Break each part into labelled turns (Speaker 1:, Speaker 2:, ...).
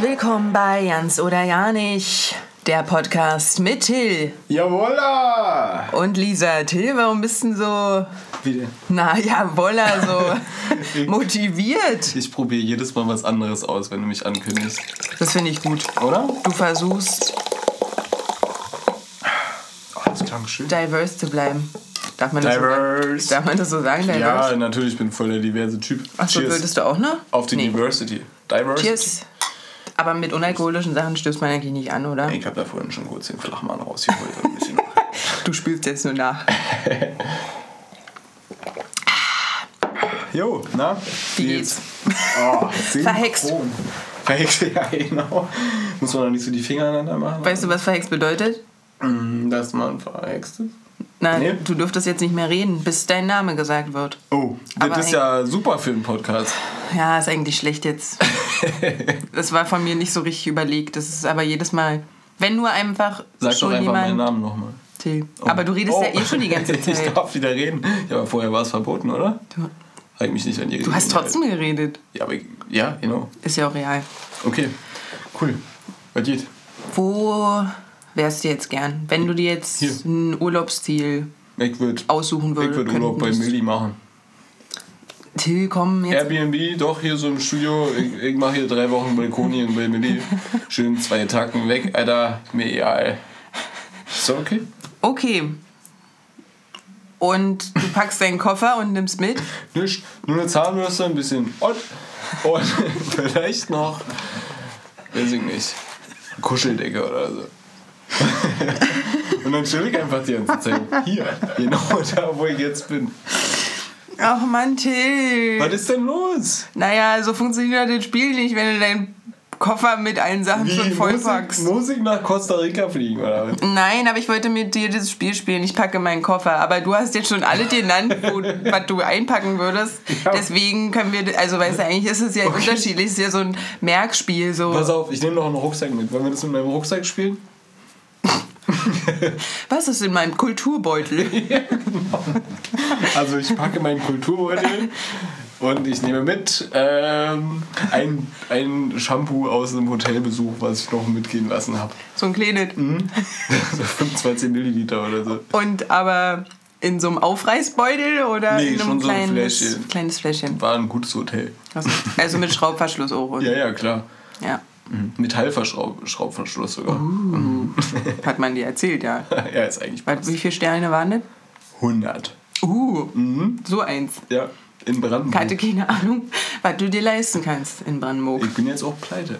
Speaker 1: willkommen bei Jans oder Janich, der Podcast mit Till
Speaker 2: Jawolla!
Speaker 1: und Lisa. Till, warum bist du denn so,
Speaker 2: Wie denn?
Speaker 1: na ja, Woller, so motiviert?
Speaker 3: Ich probiere jedes Mal was anderes aus, wenn du mich ankündigst.
Speaker 1: Das finde ich gut.
Speaker 3: Oder?
Speaker 1: Du versuchst,
Speaker 3: Oh, das klang schön.
Speaker 1: diverse zu bleiben. Darf man das, So,
Speaker 3: Diverse.
Speaker 1: sagen? darf man das so sagen,
Speaker 3: Ja,
Speaker 1: diverse?
Speaker 3: natürlich, ich bin voll der diverse Typ.
Speaker 1: Achso, würdest du auch, ne?
Speaker 3: Auf die
Speaker 1: nee.
Speaker 3: Diversity. Diversity.
Speaker 1: Cheers. Aber mit unalkoholischen Sachen stößt man eigentlich nicht an, oder?
Speaker 3: Ich habe da vorhin schon kurz den Flachmann rausgeholt. und Ein bisschen.
Speaker 1: Du spielst jetzt nur nach.
Speaker 3: Jo, na?
Speaker 1: Wie geht's?
Speaker 3: Oh,
Speaker 1: Verhext.
Speaker 3: synchron. Verhext, ja, genau. Muss man doch nicht so die Finger aneinander machen.
Speaker 1: Weißt du, was verhext bedeutet?
Speaker 3: Mm, Dass man verhext ist.
Speaker 1: Nein,
Speaker 3: Nee.
Speaker 1: du dürftest jetzt nicht mehr reden, bis dein Name gesagt wird.
Speaker 3: Oh,
Speaker 1: Aber
Speaker 3: das ist ja super für einen Podcast.
Speaker 1: Ja, ist eigentlich schlecht jetzt. das war von mir nicht so richtig überlegt. Das ist aber jedes Mal. Wenn nur einfach
Speaker 3: Sag doch
Speaker 1: schon
Speaker 3: einfach meinen
Speaker 1: jemand.
Speaker 3: Namen nochmal.
Speaker 1: Till.
Speaker 3: Oh.
Speaker 1: Aber du redest
Speaker 3: Oh.
Speaker 1: ja eh schon die ganze
Speaker 3: Ich
Speaker 1: Zeit.
Speaker 3: darf wieder reden. Ja, aber vorher war es verboten, oder?
Speaker 1: Du,
Speaker 3: Habe ich mich nicht an die
Speaker 1: du hast trotzdem geredet.
Speaker 3: Ja, aber ich, ja, genau.
Speaker 1: Ist ja auch real.
Speaker 3: Okay, cool. Was geht?
Speaker 1: Wo wärst du jetzt gern? Wenn du dir jetzt
Speaker 3: Hier.
Speaker 1: ein Urlaubsziel
Speaker 3: Ich würde
Speaker 1: aussuchen
Speaker 3: ich
Speaker 1: würdest.
Speaker 3: würd Urlaub bei
Speaker 1: könntest-
Speaker 3: Milli machen.
Speaker 1: Till, komm jetzt.
Speaker 3: Airbnb, doch, hier so im Studio. Ich, ich mache hier drei Wochen Balkonien bei Milli. Schön zwei Tacken weg, Alter. Mir egal. Ist doch okay?
Speaker 1: Okay. Und du packst deinen Koffer und nimmst mit.
Speaker 3: Nicht, nur eine Zahnbürste, ein bisschen Ott. Und vielleicht noch, weiß ich nicht, Kuscheldecke oder so. Und dann chill ich einfach die ganze Zeit. Hier, genau da, wo ich jetzt bin.
Speaker 1: Ach Mann, Till.
Speaker 3: Was ist denn los?
Speaker 1: Naja, so funktioniert das Spiel nicht, wenn du deinen Koffer mit allen Sachen schon vollpackst.
Speaker 3: Muss ich, muss ich nach Costa Rica fliegen oder was?
Speaker 1: Nein, aber ich wollte mit dir dieses Spiel spielen. Ich packe meinen Koffer. Aber du hast jetzt schon alle genannt, wo, was du einpacken würdest.
Speaker 3: Ja.
Speaker 1: Deswegen können wir, also weißt du, eigentlich ist es ja unterschiedlich. Es ist ja so ein Merkspiel. So.
Speaker 3: Pass auf, ich nehme noch einen Rucksack mit. Wollen wir das mit meinem Rucksack spielen?
Speaker 1: Was ist in meinem Kulturbeutel?
Speaker 3: Also ich packe meinen Kulturbeutel und ich nehme mit ähm, ein, ein Shampoo aus einem Hotelbesuch, was ich noch mitgehen lassen habe.
Speaker 1: So ein kleines.
Speaker 3: Mhm. So 25 Milliliter oder so.
Speaker 1: Und aber in so einem Aufreißbeutel oder
Speaker 3: Nee,
Speaker 1: in einem
Speaker 3: schon so ein
Speaker 1: kleines,
Speaker 3: Fläschchen.
Speaker 1: kleines Fläschchen?
Speaker 3: War ein gutes Hotel.
Speaker 1: Also mit Schraubverschluss auch. Und,
Speaker 3: Ja, ja, klar.
Speaker 1: ja.
Speaker 3: Mhm. Metallverschraubverschluss sogar.
Speaker 1: Uh. Hat man dir erzählt, ja.
Speaker 3: Ja, ist eigentlich
Speaker 1: Warte, Wie viele Sterne waren das?
Speaker 3: 100.
Speaker 1: Uh,
Speaker 3: Mhm.
Speaker 1: so eins.
Speaker 3: Ja, in Brandenburg.
Speaker 1: Ich hatte keine Ahnung, was du dir leisten kannst in Brandenburg.
Speaker 3: Mhm. Ich bin jetzt auch pleite.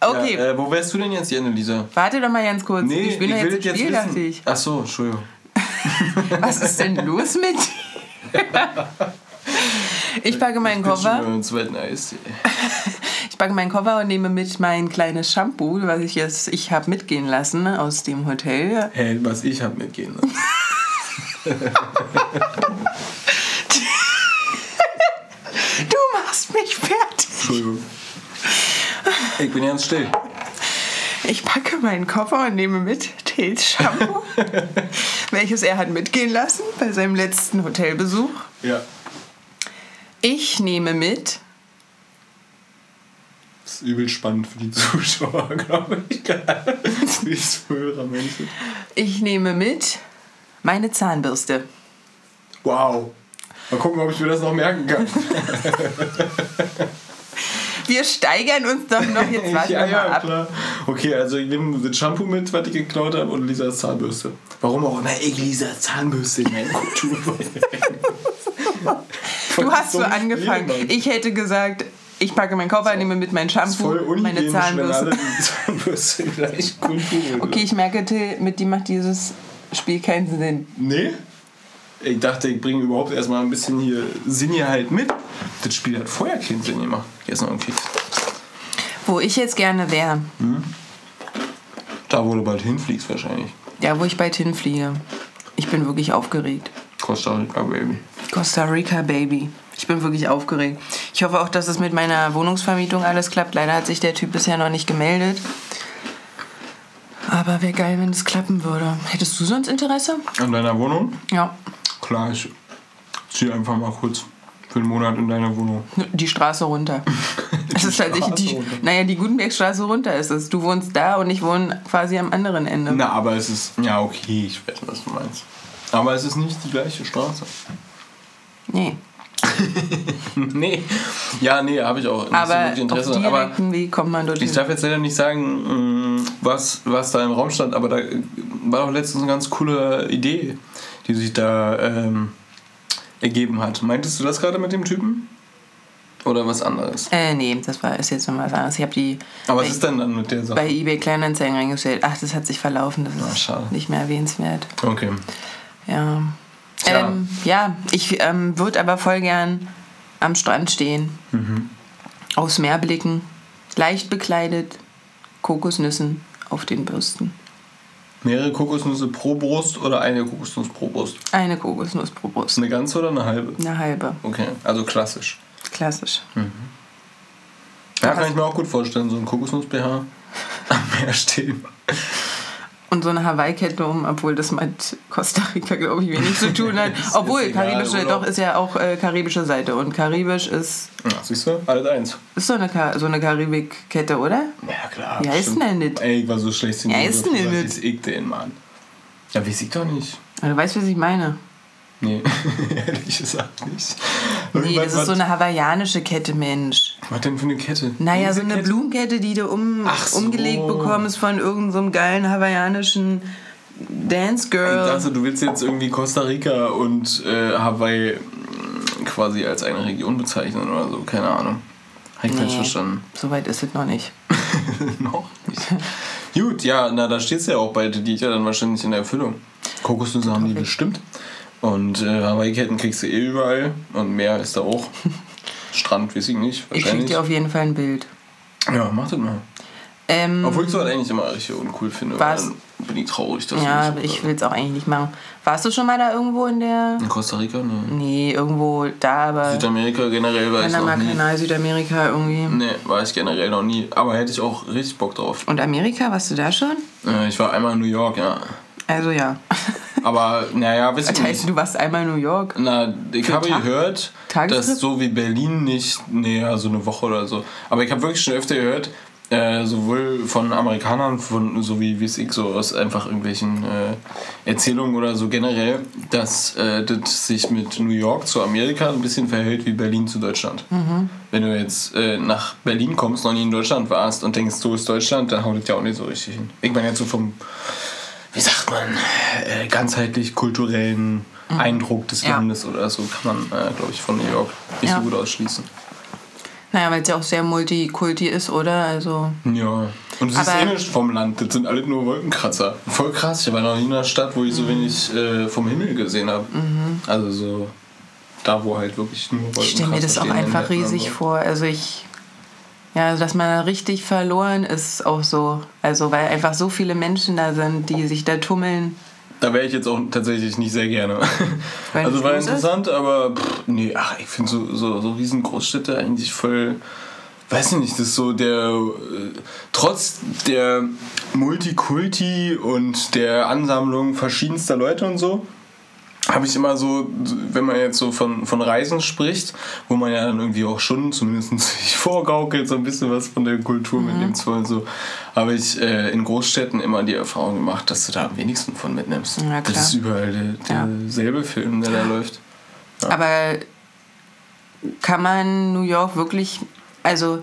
Speaker 1: Okay,
Speaker 3: Ja, äh, wo wärst du denn jetzt, Jenny, Lisa?
Speaker 1: warte doch mal ganz kurz.
Speaker 3: Nee,
Speaker 1: ich bin
Speaker 3: ich
Speaker 1: ja
Speaker 3: will
Speaker 1: jetzt
Speaker 3: das
Speaker 1: im Spiel,
Speaker 3: jetzt
Speaker 1: dachte
Speaker 3: wissen.
Speaker 1: ich.
Speaker 3: Ach so, Entschuldigung.
Speaker 1: Was ist denn los mit dir? Ich packe meinen Koffer,
Speaker 3: Im zweiten Eis.
Speaker 1: ich packe meinen Koffer und nehme mit mein kleines Shampoo, was ich jetzt ich habe mitgehen lassen aus dem Hotel.
Speaker 3: Hey, was ich hab mitgehen lassen.
Speaker 1: Du machst mich fertig.
Speaker 3: Entschuldigung. Ich bin ganz still.
Speaker 1: Ich packe meinen Koffer und nehme mit Tails Shampoo, welches er hat mitgehen lassen bei seinem letzten Hotelbesuch.
Speaker 3: Ja.
Speaker 1: Ich nehme mit
Speaker 3: Das ist übel spannend für die Zuschauer, glaube ich. Wie Zuhörer, Menschen.
Speaker 1: Ich nehme mit meine Zahnbürste.
Speaker 3: Wow. Mal gucken, ob ich mir das noch merken kann.
Speaker 1: Wir steigern uns doch noch jetzt warte
Speaker 3: ja,
Speaker 1: noch mal
Speaker 3: ja,
Speaker 1: ab.
Speaker 3: klar. Okay, also ich nehme das Shampoo mit, was ich geklaut habe, und Lisas Zahnbürste. Warum auch immer ich Lisas Zahnbürste in meinem Kulturbeutel.
Speaker 1: Du hast so
Speaker 3: Voll dumm
Speaker 1: angefangen.
Speaker 3: Spiel, Mann.
Speaker 1: ich hätte gesagt, ich packe meinen Koffer, nehme mit mein
Speaker 3: ist
Speaker 1: Shampoo,
Speaker 3: voll
Speaker 1: meine
Speaker 3: unhygienisch, wenn alle
Speaker 1: Zahnbürste.
Speaker 3: die Zahnbürste gleich Kulturbeutel.
Speaker 1: Okay, ich merke, Till, mit dir macht dieses Spiel keinen Sinn.
Speaker 3: Nee. Ich dachte, ich bringe überhaupt erstmal ein bisschen hier Sinn hier halt mit. Das Spiel hat vorher keinen Sinn gemacht. Jetzt noch ein Keks.
Speaker 1: Wo ich jetzt gerne wäre,
Speaker 3: Da, wo du bald hinfliegst wahrscheinlich.
Speaker 1: ja, wo ich bald hinfliege. Ich bin wirklich aufgeregt.
Speaker 3: Costa Rica, halt Baby.
Speaker 1: Costa Rica, Baby. Ich bin wirklich aufgeregt. Ich hoffe auch, dass es mit meiner Wohnungsvermietung alles klappt. Leider hat sich der Typ bisher noch nicht gemeldet. Aber wäre geil, wenn es klappen würde. Hättest du sonst Interesse?
Speaker 3: An deiner Wohnung?
Speaker 1: Ja.
Speaker 3: Klar, ich zieh einfach mal kurz Für einen Monat in deiner Wohnung.
Speaker 1: Die Straße runter. Es ist tatsächlich
Speaker 3: Straße
Speaker 1: die,
Speaker 3: runter.
Speaker 1: naja, die Gutenbergstraße runter ist es. Du wohnst da und ich wohne quasi am anderen Ende.
Speaker 3: Na, aber es ist. Ja, okay, ich weiß, was du meinst. Aber es ist nicht die gleiche Straße.
Speaker 1: Nee.
Speaker 3: nee. Ja, nee, habe ich auch nicht so
Speaker 1: Aber
Speaker 3: wirklich
Speaker 1: auf
Speaker 3: Interesse. Aber
Speaker 1: direkten Weg kommt man dorthin.
Speaker 3: ich darf jetzt leider nicht sagen, mh, was, was da im Raum stand, aber da äh, war doch letztens eine ganz coole Idee, die sich da ähm, ergeben hat. Meintest du das gerade mit dem Typen? Oder was anderes?
Speaker 1: äh, nee, das war, ist jetzt noch was anderes. Ich habe die
Speaker 3: Aber was
Speaker 1: bei,
Speaker 3: ist denn dann mit der Sache?
Speaker 1: bei eBay Kleinanzeigen reingestellt. Ach, das hat sich verlaufen. Das
Speaker 3: Ah,
Speaker 1: ist
Speaker 3: schade.
Speaker 1: nicht mehr erwähnenswert.
Speaker 3: Okay.
Speaker 1: Ja.
Speaker 3: Tja.
Speaker 1: Ähm, ja, ich ähm, würde aber voll gern am Strand stehen,
Speaker 3: Mhm.
Speaker 1: aufs Meer blicken, leicht bekleidet, Kokosnüssen auf den Bürsten.
Speaker 3: Mehrere Kokosnüsse pro Brust oder eine Kokosnuss pro Brust?
Speaker 1: Eine Kokosnuss pro Brust.
Speaker 3: Eine ganze oder eine halbe?
Speaker 1: Eine halbe.
Speaker 3: Okay, also klassisch.
Speaker 1: Klassisch.
Speaker 3: Hm. Ja,
Speaker 1: Was-
Speaker 3: kann ich mir auch gut vorstellen, so ein Kokosnuss-BH am Meer stehen.
Speaker 1: Und so eine Hawaii-Kette um, obwohl das mit Costa Rica, glaube ich, wenig zu tun hat.
Speaker 3: Ist
Speaker 1: Obwohl,
Speaker 3: egal,
Speaker 1: karibische,
Speaker 3: Urlaub.
Speaker 1: doch, ist ja auch äh, karibische Seite. Und karibisch ist,
Speaker 3: Ja, siehst du? Alles eins.
Speaker 1: ist so eine, Ka so eine Karibik-Kette, oder?
Speaker 3: Ja, klar.
Speaker 1: Wie heißt
Speaker 3: stimmt.
Speaker 1: denn der nicht?
Speaker 3: Ey, ich war so schlecht in
Speaker 1: Ja,
Speaker 3: dem
Speaker 1: ist
Speaker 3: Begriff,
Speaker 1: denn der
Speaker 3: gesagt, Ich den, Mann. Ja, weiß ich doch nicht.
Speaker 1: Du Also, weißt, was ich meine.
Speaker 3: Nee, ehrlich gesagt nicht.
Speaker 1: Nee, das ist so eine hawaiianische Kette, Mensch.
Speaker 3: Was denn für eine Kette?
Speaker 1: Naja, so
Speaker 3: Diese
Speaker 1: eine
Speaker 3: Kette?
Speaker 1: Blumenkette, die du um,
Speaker 3: Ach so.
Speaker 1: umgelegt bekommst von irgendeinem so einem geilen hawaiianischen Dance
Speaker 3: Ich
Speaker 1: Girl.
Speaker 3: dachte, du willst jetzt irgendwie Costa Rica und äh, Hawaii mh, quasi als eine Region bezeichnen oder so. Keine Ahnung. Habe ich falsch verstanden.
Speaker 1: so weit ist es noch nicht.
Speaker 3: Noch nicht. Gut, ja, na, da steht es ja auch bei die liegt ja dann wahrscheinlich in der Erfüllung. Kokosnüsse haben die bestimmt. Und äh, Hawaii-Ketten kriegst du eh überall. Und Meer ist da auch. Strand, weiß ich nicht.
Speaker 1: Ich schicke
Speaker 3: Wahrscheinlich.
Speaker 1: dir auf jeden Fall ein Bild.
Speaker 3: ja, mach das mal.
Speaker 1: Ähm,
Speaker 3: Obwohl ich sowas eigentlich immer richtig uncool finde. weil
Speaker 1: Was?
Speaker 3: Dann bin ich traurig, dass
Speaker 1: ja,
Speaker 3: du
Speaker 1: aber
Speaker 3: nicht
Speaker 1: ich will es auch eigentlich nicht machen. Warst du schon mal da irgendwo in der.
Speaker 3: In Costa Rica? Nee.
Speaker 1: Nee, irgendwo da, aber.
Speaker 3: Südamerika generell war ich noch nie.
Speaker 1: Panama-Kanal, Südamerika irgendwie.
Speaker 3: Nee, war ich generell noch nie. Aber hätte ich auch richtig Bock drauf.
Speaker 1: Und Amerika, warst du da schon?
Speaker 3: Äh, ich war einmal in New York, ja.
Speaker 1: Also ja.
Speaker 3: Aber, naja, wisst
Speaker 1: Das
Speaker 3: ihr
Speaker 1: heißt,
Speaker 3: nicht.
Speaker 1: du warst einmal in New York.
Speaker 3: Na, ich habe
Speaker 1: Tag-
Speaker 3: gehört,
Speaker 1: Tagestrip?
Speaker 3: dass so wie Berlin nicht, näher so eine Woche oder so. Aber ich habe wirklich schon öfter gehört, äh, sowohl von Amerikanern, von, so wie wie es ich, so aus einfach irgendwelchen äh, Erzählungen oder so generell, dass äh, das sich mit New York zu Amerika ein bisschen verhält wie Berlin zu Deutschland. Wenn du jetzt äh, nach Berlin kommst, noch nie in Deutschland warst und denkst, so ist Deutschland, dann haut das ja auch nicht so richtig hin. Ich meine jetzt so vom, wie sagt man, äh, ganzheitlich kulturellen Eindruck des
Speaker 1: Mhm. Ja.
Speaker 3: Landes oder so kann man, äh, glaube ich, von New York nicht
Speaker 1: Ja.
Speaker 3: so gut ausschließen.
Speaker 1: Naja, weil es ja auch sehr multikulti ist, oder? Also.
Speaker 3: Ja. Und es ist
Speaker 1: Aber-
Speaker 3: ähnlich vom Land, das sind alle nur Wolkenkratzer. Voll krass, ich war noch nie in einer Stadt, wo ich
Speaker 1: Mhm.
Speaker 3: so wenig äh, vom Himmel gesehen habe. Also so da, wo halt wirklich nur Wolkenkratzer
Speaker 1: Ich stelle mir das auch
Speaker 3: stehen in
Speaker 1: einfach
Speaker 3: Manhattan und
Speaker 1: riesig
Speaker 3: so.
Speaker 1: vor. Also ich. Ja, also dass man da richtig verloren ist, auch so. Also, weil einfach so viele Menschen da sind, die sich da tummeln.
Speaker 3: Da wäre ich jetzt auch tatsächlich nicht sehr gerne.
Speaker 1: Weil
Speaker 3: also
Speaker 1: nicht
Speaker 3: war
Speaker 1: los ist?
Speaker 3: interessant, aber pff, nee, ach, ich finde so, so, so riesen Großstädte eigentlich voll. Weiß ich nicht, das ist so der. Äh, trotz der Multikulti und der Ansammlung verschiedenster Leute und so, habe ich immer so, wenn man jetzt so von, von Reisen spricht, wo man ja dann irgendwie auch schon zumindest sich vorgaukelt, so ein bisschen was von der Kultur
Speaker 1: Mhm.
Speaker 3: mitnehmen zu wollen, so, habe ich äh, in Großstädten immer die Erfahrung gemacht, dass du da am wenigsten von mitnimmst.
Speaker 1: Ja, klar.
Speaker 3: Das ist überall der,
Speaker 1: Ja.
Speaker 3: derselbe Film, der da läuft.
Speaker 1: Aber kann man New York wirklich. Also,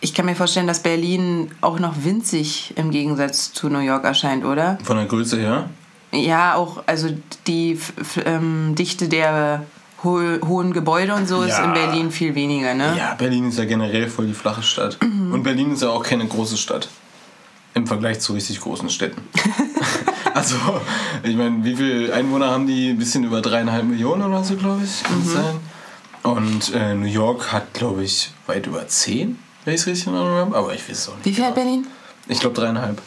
Speaker 1: ich kann mir vorstellen, dass Berlin auch noch winzig im Gegensatz zu New York erscheint, oder?
Speaker 3: Von der Größe her.
Speaker 1: Ja, auch. Also, die F- F- ähm, Dichte der ho hohen Gebäude und so ist
Speaker 3: Ja.
Speaker 1: in Berlin viel weniger, ne?
Speaker 3: Ja, Berlin ist ja generell voll die flache Stadt.
Speaker 1: Mhm.
Speaker 3: Und Berlin ist ja auch keine große Stadt. Im Vergleich zu richtig großen Städten. also, ich meine, wie viele Einwohner haben die? Ein bisschen über dreieinhalb Millionen oder so, glaube ich. Kann
Speaker 1: Mhm.
Speaker 3: das sein? Und äh, New York hat, glaube ich, weit über zehn, wenn ich es richtig in Erinnerung habe. Aber ich weiß es auch nicht.
Speaker 1: Wie viel hat
Speaker 3: genau.
Speaker 1: Berlin?
Speaker 3: Ich glaube dreieinhalb.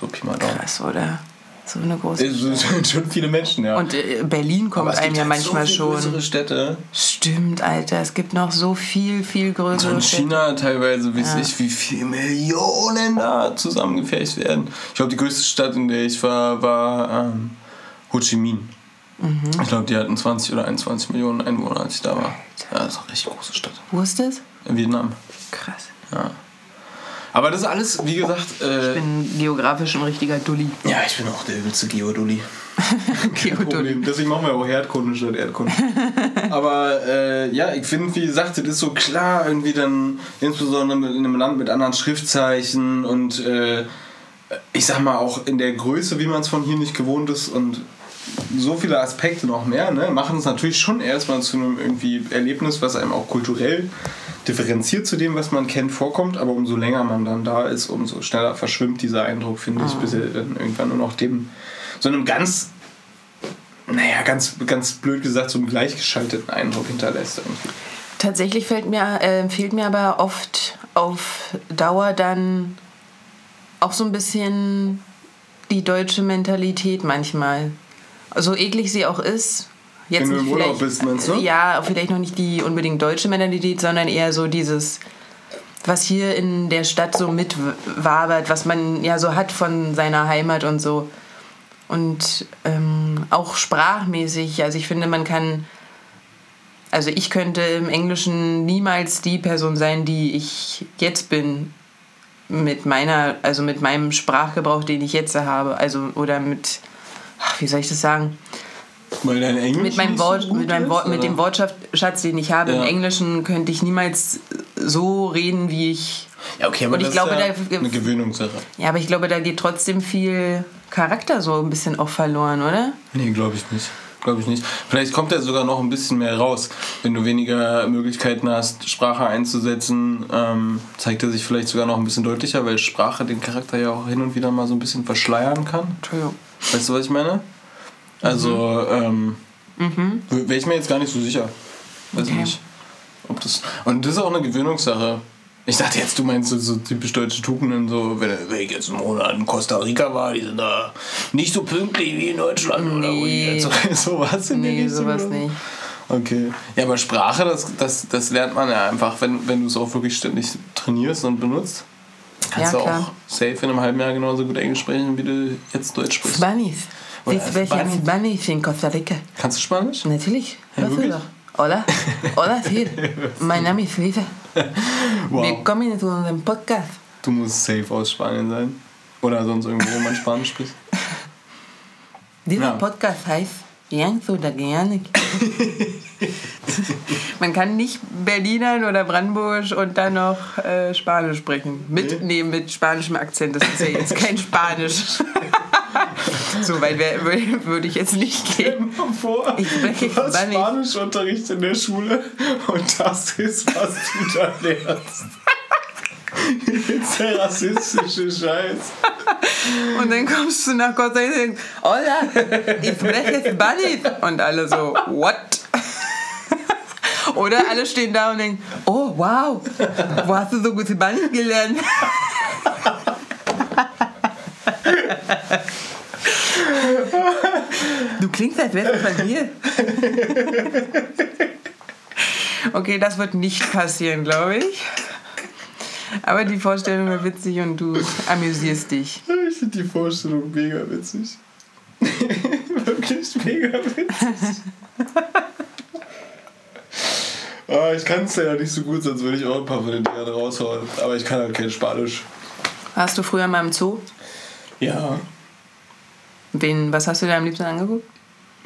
Speaker 3: So Pi mal Daumen.
Speaker 1: Mhm. Krass, oder? So eine große.
Speaker 3: Es sind schon viele Menschen, ja.
Speaker 1: Und äh, Berlin
Speaker 3: Aber
Speaker 1: kommt
Speaker 3: es
Speaker 1: einem
Speaker 3: gibt
Speaker 1: ja
Speaker 3: halt so
Speaker 1: manchmal
Speaker 3: viel
Speaker 1: schon.
Speaker 3: größere Städte.
Speaker 1: Stimmt, Alter, es gibt noch so viel, viel
Speaker 3: So
Speaker 1: größere.
Speaker 3: in
Speaker 1: Städte.
Speaker 3: China teilweise, wie
Speaker 1: Ah, Ja.
Speaker 3: ich, wie viele Millionen da zusammengefercht werden. Ich glaube, die größte Stadt, in der ich war, war ähm, Ho Chi Minh.
Speaker 1: Mhm.
Speaker 3: Ich glaube, die hatten 20 oder 21 Millionen Einwohner, als ich da war. Ja, das ist eine richtig große Stadt.
Speaker 1: Wo ist das?
Speaker 3: In Vietnam.
Speaker 1: Krass.
Speaker 3: Ja. Aber das ist alles, wie gesagt.
Speaker 1: Ich
Speaker 3: Äh,
Speaker 1: bin geografisch ein richtiger Dulli.
Speaker 3: ja, ich bin auch der übelste Geodulli.
Speaker 1: Geodulli.
Speaker 3: Problem. Deswegen machen wir auch Herdkunde statt Erdkunde. Aber äh, ja, ich finde, wie gesagt, das ist so klar irgendwie dann, insbesondere mit- in einem Land mit anderen Schriftzeichen und äh, ich sag mal auch in der Größe, wie man es von hier nicht gewohnt ist und so viele Aspekte noch mehr, ne, machen es natürlich schon erstmal zu einem irgendwie Erlebnis, was einem auch kulturell differenziert zu dem, was man kennt, vorkommt. Aber umso länger man dann da ist, umso schneller verschwimmt dieser Eindruck, finde ich, bis er dann irgendwann nur noch dem so einem ganz naja, ganz, ganz blöd gesagt, so einen gleichgeschalteten Eindruck hinterlässt. Irgendwie.
Speaker 1: Tatsächlich fällt mir, äh, fehlt mir aber oft auf Dauer dann auch so ein bisschen die deutsche Mentalität manchmal. So eklig sie auch ist. Jetzt
Speaker 3: Wenn du
Speaker 1: nicht
Speaker 3: im Urlaub
Speaker 1: vielleicht- äh,
Speaker 3: bist, meinst du?
Speaker 1: Ja, vielleicht noch nicht die unbedingt deutsche Mentalität, sondern eher so dieses, was hier in der Stadt so mitwabert, was man ja so hat von seiner Heimat und so. Und ähm, auch sprachmäßig. Also ich finde, man kann also ich könnte im Englischen niemals die Person sein, die ich jetzt bin mit meiner, also mit meinem Sprachgebrauch, den ich jetzt habe, also oder mit, ach, wie soll ich das sagen,
Speaker 3: Weil dein Englisch.
Speaker 1: mit meinem
Speaker 3: nicht so
Speaker 1: Wort,
Speaker 3: gut
Speaker 1: mit meinem
Speaker 3: ist,
Speaker 1: Wort, mit
Speaker 3: oder?
Speaker 1: dem Wortschatz, den ich habe
Speaker 3: Ja.
Speaker 1: im Englischen, könnte ich niemals so reden, wie ich.
Speaker 3: Ja, okay, aber
Speaker 1: Und
Speaker 3: das
Speaker 1: ich glaube,
Speaker 3: ist ja
Speaker 1: da-
Speaker 3: eine Gewöhnungssache.
Speaker 1: Ja, aber ich glaube, da geht trotzdem viel Charakter so ein bisschen auch verloren, oder?
Speaker 3: Nee, glaube ich nicht. Glaube ich nicht. Vielleicht kommt er sogar noch ein bisschen mehr raus. Wenn du weniger Möglichkeiten hast, Sprache einzusetzen, ähm, zeigt er sich vielleicht sogar noch ein bisschen deutlicher, weil Sprache den Charakter ja auch hin und wieder mal so ein bisschen verschleiern kann.
Speaker 1: Entschuldigung.
Speaker 3: Weißt du, was ich meine? Also, ähm, wäre ich mir jetzt gar nicht so sicher. Weiß
Speaker 1: Mhm. Okay.
Speaker 3: ich nicht. Ob das und das ist auch eine Gewöhnungssache. Ich dachte jetzt, du meinst so, so typisch deutsche Tugenden, so, wenn, wenn ich jetzt einen Monat in Costa Rica war, die sind da nicht so pünktlich wie in Deutschland oder wo die
Speaker 1: Nee.
Speaker 3: jetzt so, so was in der
Speaker 1: Nee,
Speaker 3: Richtung,
Speaker 1: sowas
Speaker 3: oder?
Speaker 1: nicht.
Speaker 3: Okay. Ja, aber Sprache, das, das, das lernt man ja einfach, wenn, wenn du es auch wirklich ständig trainierst und benutzt. Kannst
Speaker 1: Ja,
Speaker 3: du
Speaker 1: klar.
Speaker 3: auch safe in einem halben Jahr genauso gut Englisch sprechen, wie du jetzt Deutsch sprichst.
Speaker 1: Bunnies.
Speaker 3: Oder
Speaker 1: Wisst ihr, welche
Speaker 3: Bunnies.
Speaker 1: Bunnies in Costa Rica?
Speaker 3: Kannst du Spanisch?
Speaker 1: Natürlich, hörst du
Speaker 3: wirklich?
Speaker 1: doch. Hola, hola, Phil. mein Name ist Lisa. Willkommen zu unserem Podcast.
Speaker 3: Du musst safe aus Spanien sein. Oder sonst irgendwo, wo man Spanisch spricht.
Speaker 1: Dieser
Speaker 3: Ja.
Speaker 1: Podcast heißt Jens oder Gernik. Man kann nicht Berlinern oder Brandenburgisch und dann noch äh, Spanisch sprechen. Mit, nee. mit spanischem Akzent. Das ist ja jetzt kein Spanisch. so weit wär- wür- würde ich jetzt nicht gehen.
Speaker 3: mal vor,
Speaker 1: Ich spreche
Speaker 3: du hast
Speaker 1: Spanisch.
Speaker 3: Spanischunterricht in der Schule und das ist, was du da lernst. Jetzt der rassistische Scheiß.
Speaker 1: Und dann kommst du nach Costa Rica und denkst, hola, ich spreche Spanisch. Und alle so, what? Oder alle stehen da und denken, oh wow, wo hast du so gut Spanisch gelernt? Du klingst, als wärst du von hier. Okay, das wird nicht passieren, glaube ich. Aber die Vorstellung war witzig und du amüsierst dich.
Speaker 3: Ich finde die Vorstellung mega witzig. Wirklich mega witzig. Ah, ich kann es ja nicht so gut, sonst würde ich auch ein paar von den Dingern raushauen. Aber ich kann halt kein Spanisch.
Speaker 1: Warst du früher mal im Zoo?
Speaker 3: Ja.
Speaker 1: Wen, was hast du dir am liebsten angeguckt?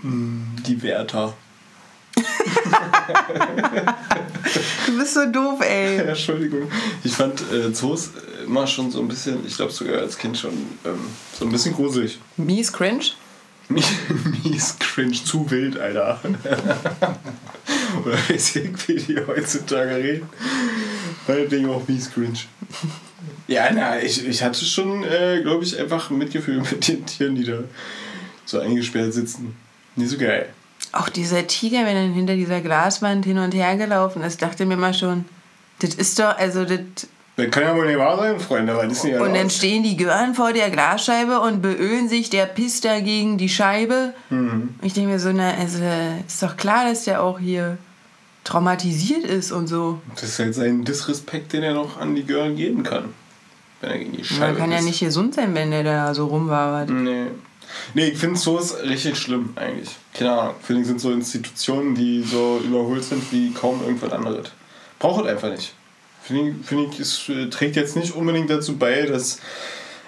Speaker 3: Die Wärter.
Speaker 1: Du bist so doof, ey.
Speaker 3: Entschuldigung. Ich fand äh, Zoos immer schon so ein bisschen, ich glaube sogar als Kind schon, ähm, so ein bisschen gruselig.
Speaker 1: Mies cringe?
Speaker 3: Mies cringe, zu wild, Alter. Oder weiß ich, wie die heutzutage reden. Meinetwegen auch mies cringe. Ja, na, ich, ich hatte schon, äh, glaube ich, einfach ein Mitgefühl mit den Tieren, die da so eingesperrt sitzen. Nicht so geil.
Speaker 1: Auch dieser Tiger, wenn er hinter dieser Glaswand hin und her gelaufen ist, dachte mir mal schon, das ist doch, also das.
Speaker 3: Das kann ja wohl nicht wahr sein, Freunde, weil das nicht
Speaker 1: Und dann
Speaker 3: erlaubt.
Speaker 1: stehen die Gören vor der Glasscheibe und beölen sich, der pisst da gegen die Scheibe. Und Ich denke mir so, na, also ist doch klar, dass der auch hier traumatisiert ist und so.
Speaker 3: Das ist halt sein Disrespekt, den er noch an die Girl geben kann. Wenn er gegen die Scheibe
Speaker 1: Man kann ja
Speaker 3: pisst.
Speaker 1: nicht gesund sein, wenn der da so rumwabert.
Speaker 3: Nee. Nee, ich finde Zoos richtig schlimm eigentlich. Keine Ahnung. Finde ich sind so Institutionen, die so überholt sind wie kaum irgendwas anderes. Braucht es einfach nicht. Finde ich, find ich, es äh, trägt jetzt nicht unbedingt dazu bei, dass.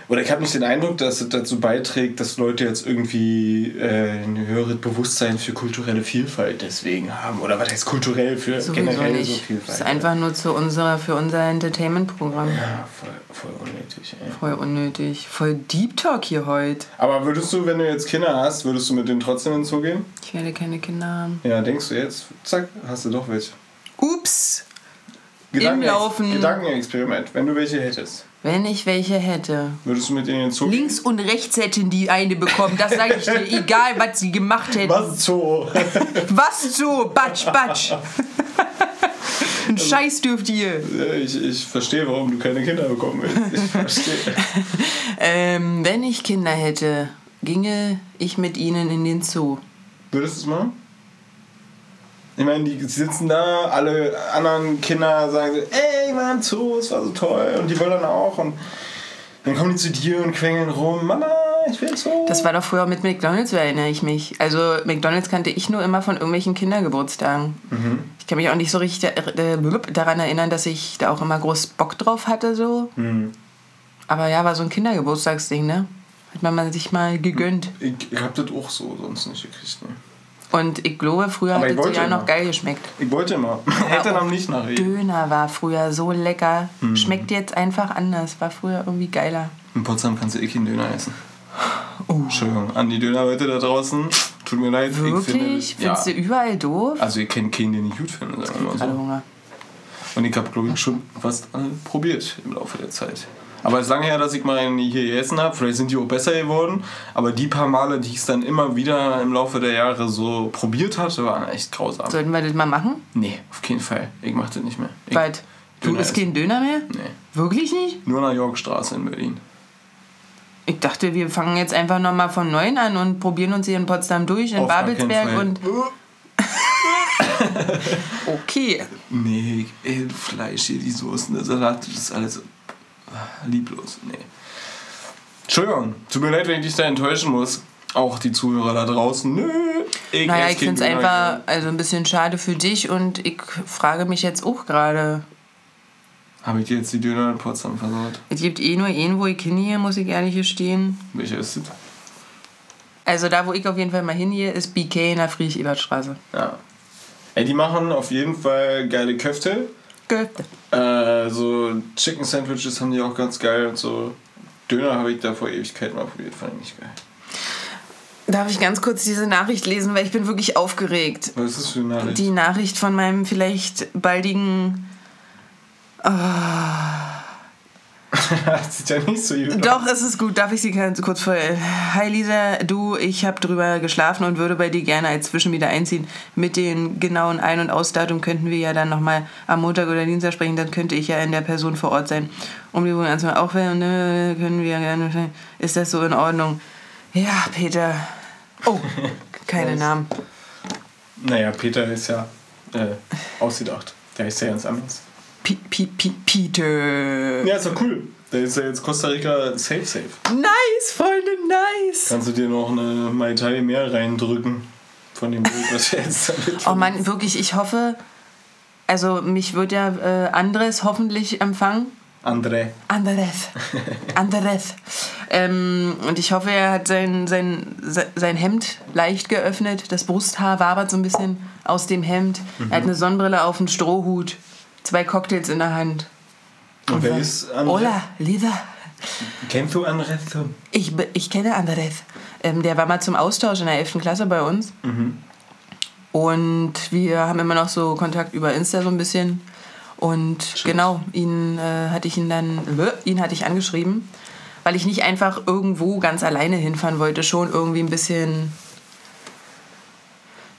Speaker 3: Oder ich habe nicht den Eindruck, dass es dazu beiträgt, dass Leute jetzt irgendwie äh, ein höheres Bewusstsein für kulturelle Vielfalt deswegen haben. Oder was heißt kulturell für
Speaker 1: Sowieso
Speaker 3: generell so
Speaker 1: nicht.
Speaker 3: Vielfalt?
Speaker 1: das ist einfach nur zu unserer, für unser Entertainment-Programm.
Speaker 3: Ja, voll, voll unnötig, ey.
Speaker 1: Voll unnötig. Voll Deep Talk hier heute.
Speaker 3: Aber würdest du, wenn du jetzt Kinder hast, würdest du mit denen trotzdem ins Zoo gehen?
Speaker 1: Ich werde keine Kinder haben.
Speaker 3: Ja, denkst du jetzt, zack, hast du doch welche.
Speaker 1: Ups!
Speaker 3: Gedankenex-
Speaker 1: Laufen.
Speaker 3: Gedankenexperiment. Wenn du welche hättest,
Speaker 1: Wenn ich welche hätte.
Speaker 3: würdest du mit denen in den Zoo gehen?
Speaker 1: Links und rechts hätten die eine bekommen. Das sage ich dir. Egal, was sie gemacht hätten.
Speaker 3: Was Zoo?
Speaker 1: Was so? Batsch, batsch. Ein Scheiß dürft ihr.
Speaker 3: ich, ich verstehe, warum du keine Kinder bekommen willst. Ich verstehe.
Speaker 1: Ähm, wenn ich Kinder hätte, ginge ich mit ihnen in den Zoo.
Speaker 3: Würdest du es machen? Ich meine, die sitzen da, alle anderen Kinder sagen so, ey, ich war im Zoo, es war so toll. Und die wollen dann auch. Und dann kommen die zu dir und quengeln rum, Mama, ich will Zoo.
Speaker 1: Das war doch früher mit McDonalds, so erinnere ich mich. Also McDonalds kannte ich nur immer von irgendwelchen Kindergeburtstagen.
Speaker 3: Mhm.
Speaker 1: Ich kann mich auch nicht so richtig äh, blub, daran erinnern, dass ich da auch immer groß Bock drauf hatte. so.
Speaker 3: Mhm.
Speaker 1: Aber ja, war so ein Kindergeburtstagsding, ne? Hat man mal- sich mal gegönnt.
Speaker 3: ich ich hab das auch so sonst nicht gekriegt. Ne?
Speaker 1: Und ich glaube, früher
Speaker 3: Aber
Speaker 1: hat
Speaker 3: ich
Speaker 1: es
Speaker 3: wollte
Speaker 1: ja noch
Speaker 3: immer.
Speaker 1: geil geschmeckt.
Speaker 3: Ich wollte immer. Eltern haben nicht nach Regen.
Speaker 1: Döner war früher so lecker.
Speaker 3: Mhm.
Speaker 1: Schmeckt jetzt einfach anders. War früher irgendwie geiler.
Speaker 3: In Potsdam kannst du eh keinen Döner essen.
Speaker 1: Oh.
Speaker 3: Entschuldigung, an die Dönerleute da draußen. Tut mir leid,
Speaker 1: Wirklich?
Speaker 3: ich finde.
Speaker 1: Findest du überall doof?
Speaker 3: also ihr kennt keinen, den ich gut finde, sagen wir mal
Speaker 1: Gerade
Speaker 3: so.
Speaker 1: Hunger.
Speaker 3: Und ich habe, glaube ich, schon fast alle probiert im Laufe der Zeit. Aber es ist lange her, dass ich mal einen hier gegessen habe. Vielleicht sind die auch besser geworden. Aber die paar Male, die ich es dann immer wieder im Laufe der Jahre so probiert hatte, waren echt grausam.
Speaker 1: Sollten wir das mal machen?
Speaker 3: Nee, auf keinen Fall. Ich mache das nicht mehr. Ich,
Speaker 1: Bald. Du
Speaker 3: Döner
Speaker 1: isst
Speaker 3: essen.
Speaker 1: keinen Döner mehr?
Speaker 3: Nee.
Speaker 1: Wirklich nicht?
Speaker 3: Nur nach Yorkstraße in Berlin.
Speaker 1: Ich dachte, wir fangen jetzt einfach nochmal von neuem an und probieren uns hier in Potsdam durch, in
Speaker 3: Auf gar keinen
Speaker 1: Babelsberg
Speaker 3: Fall. Äh,
Speaker 1: und. okay.
Speaker 3: Nee, ey, Fleisch hier, die Soßen, der Salat, das ist alles ah, lieblos. Nee. Entschuldigung, tut mir leid, wenn ich dich da enttäuschen muss. Auch die Zuhörer da draußen. Nö, ich
Speaker 1: Naja,
Speaker 3: esse
Speaker 1: ich
Speaker 3: keinen
Speaker 1: finde es
Speaker 3: Döner
Speaker 1: einfach also ein bisschen schade für dich und ich frage mich jetzt auch gerade.
Speaker 3: mehr. Habe ich dir jetzt die Döner in Potsdam versaut?
Speaker 1: Es gibt eh nur einen, wo ich hingehe, muss ich ehrlich gestehen.
Speaker 3: Welcher ist das?
Speaker 1: Also da, wo ich auf jeden Fall mal hingehe, ist BK in der Friedrich-Ebert-Straße.
Speaker 3: Ja. Ey, die machen auf jeden Fall geile Köfte.
Speaker 1: Götte.
Speaker 3: Äh, so Chicken Sandwiches haben die auch ganz geil und so. Döner habe ich da vor Ewigkeiten mal probiert, fand ich nicht geil.
Speaker 1: Darf ich ganz kurz diese Nachricht lesen, weil ich bin wirklich aufgeregt.
Speaker 3: Was ist das für eine Nachricht?
Speaker 1: Die Nachricht von meinem vielleicht baldigen... ah,
Speaker 3: das sieht ja nicht so gut aus.
Speaker 1: Doch, es ist gut. Darf ich Sie ganz kurz vor... Hi Lisa, du, ich habe drüber geschlafen und würde bei dir gerne als Zwischenmieter einziehen. Mit den genauen Ein- und Ausdatum könnten wir ja dann nochmal am Montag oder Dienstag sprechen. Dann könnte ich ja in der Person vor Ort sein. Um die Wohnung anzumachen. Auch wenn, ne, können wir gerne... Ist das so in Ordnung? Ja, Peter. Oh, keine Namen.
Speaker 3: Naja, Peter ist ja äh, ausgedacht. Der ist ja ganz anders.
Speaker 1: Pi- Pi- Pi- Peter.
Speaker 3: Ja, ist doch cool. Der ist ja jetzt Costa Rica safe, safe.
Speaker 1: Nice, Freunde, nice.
Speaker 3: Kannst du dir noch eine Mai Tai mehr reindrücken von dem Bild, was wir jetzt damit
Speaker 1: Oh Mann, wirklich, ich hoffe, also mich wird ja äh, Andres hoffentlich empfangen.
Speaker 3: André.
Speaker 1: Andres. Andres. Ähm, und ich hoffe, er hat sein, sein, se- sein Hemd leicht geöffnet. Das Brusthaar wabert so ein bisschen aus dem Hemd. Er
Speaker 3: Mhm.
Speaker 1: hat eine Sonnenbrille auf, einen Strohhut, zwei Cocktails in der Hand.
Speaker 3: Und wer ist André?
Speaker 1: Hola, Lisa.
Speaker 3: Kennst du André Thum?
Speaker 1: Ich, be- ich kenne Andres. Ähm, der war mal zum Austausch in der 11. Klasse bei uns. Und wir haben immer noch so Kontakt über Insta so ein bisschen. Und genau, ihn äh, hatte ich ihn dann, ihn hatte ich angeschrieben, weil ich nicht einfach irgendwo ganz alleine hinfahren wollte, schon irgendwie ein bisschen.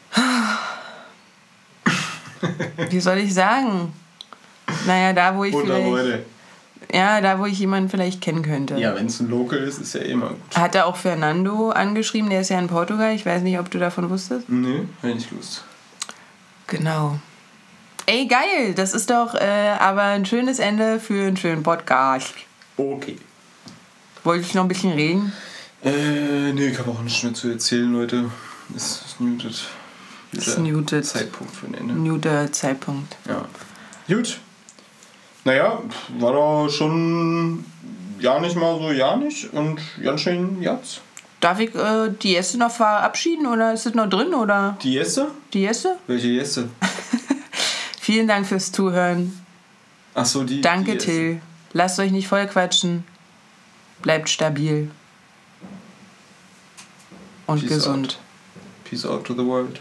Speaker 1: Wie soll ich sagen? Naja, da wo ich
Speaker 3: Oder
Speaker 1: vielleicht,
Speaker 3: Leute.
Speaker 1: ja, da wo ich jemanden vielleicht kennen könnte.
Speaker 3: Ja, wenn es ein Local ist, ist ja eh immer gut.
Speaker 1: Hat er auch Fernando angeschrieben, der ist ja in Portugal. Ich weiß nicht, ob du davon wusstest.
Speaker 3: Nee, wenn ich Lust.
Speaker 1: Genau. Ey, geil, das ist doch äh, aber ein schönes Ende für einen schönen Podcast.
Speaker 3: Okay.
Speaker 1: Wollte ich noch ein bisschen reden?
Speaker 3: Äh, nee, ich habe auch nichts mehr zu erzählen, Leute. Es ist muted.
Speaker 1: Ist muted.
Speaker 3: Zeitpunkt für ne? ein Ende.
Speaker 1: New der Zeitpunkt.
Speaker 3: Ja. Gut. Naja, war doch schon ja nicht mal so ja nicht und ganz schön jetzt.
Speaker 1: Darf ich äh, die Gäste noch verabschieden oder ist es noch drin oder
Speaker 3: Die Jesse?
Speaker 1: die Gäste?
Speaker 3: Welche Jesse?
Speaker 1: Vielen Dank fürs Zuhören.
Speaker 3: Achso, die.
Speaker 1: Danke,
Speaker 3: die Jesse.
Speaker 1: Till. Lasst euch nicht vollquatschen. Bleibt stabil. Und
Speaker 3: Peace
Speaker 1: gesund.
Speaker 3: Peace out to the world.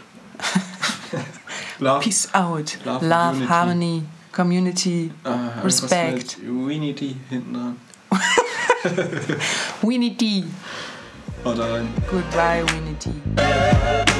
Speaker 3: Love.
Speaker 1: Peace out.
Speaker 3: Love,
Speaker 1: Love,
Speaker 3: unity.
Speaker 1: Harmony, Community.
Speaker 3: Ah, irgendwas
Speaker 1: Respect.
Speaker 3: mit Unity hinten dran.
Speaker 1: We need die.
Speaker 3: Haut rein.
Speaker 1: Goodbye, We need die.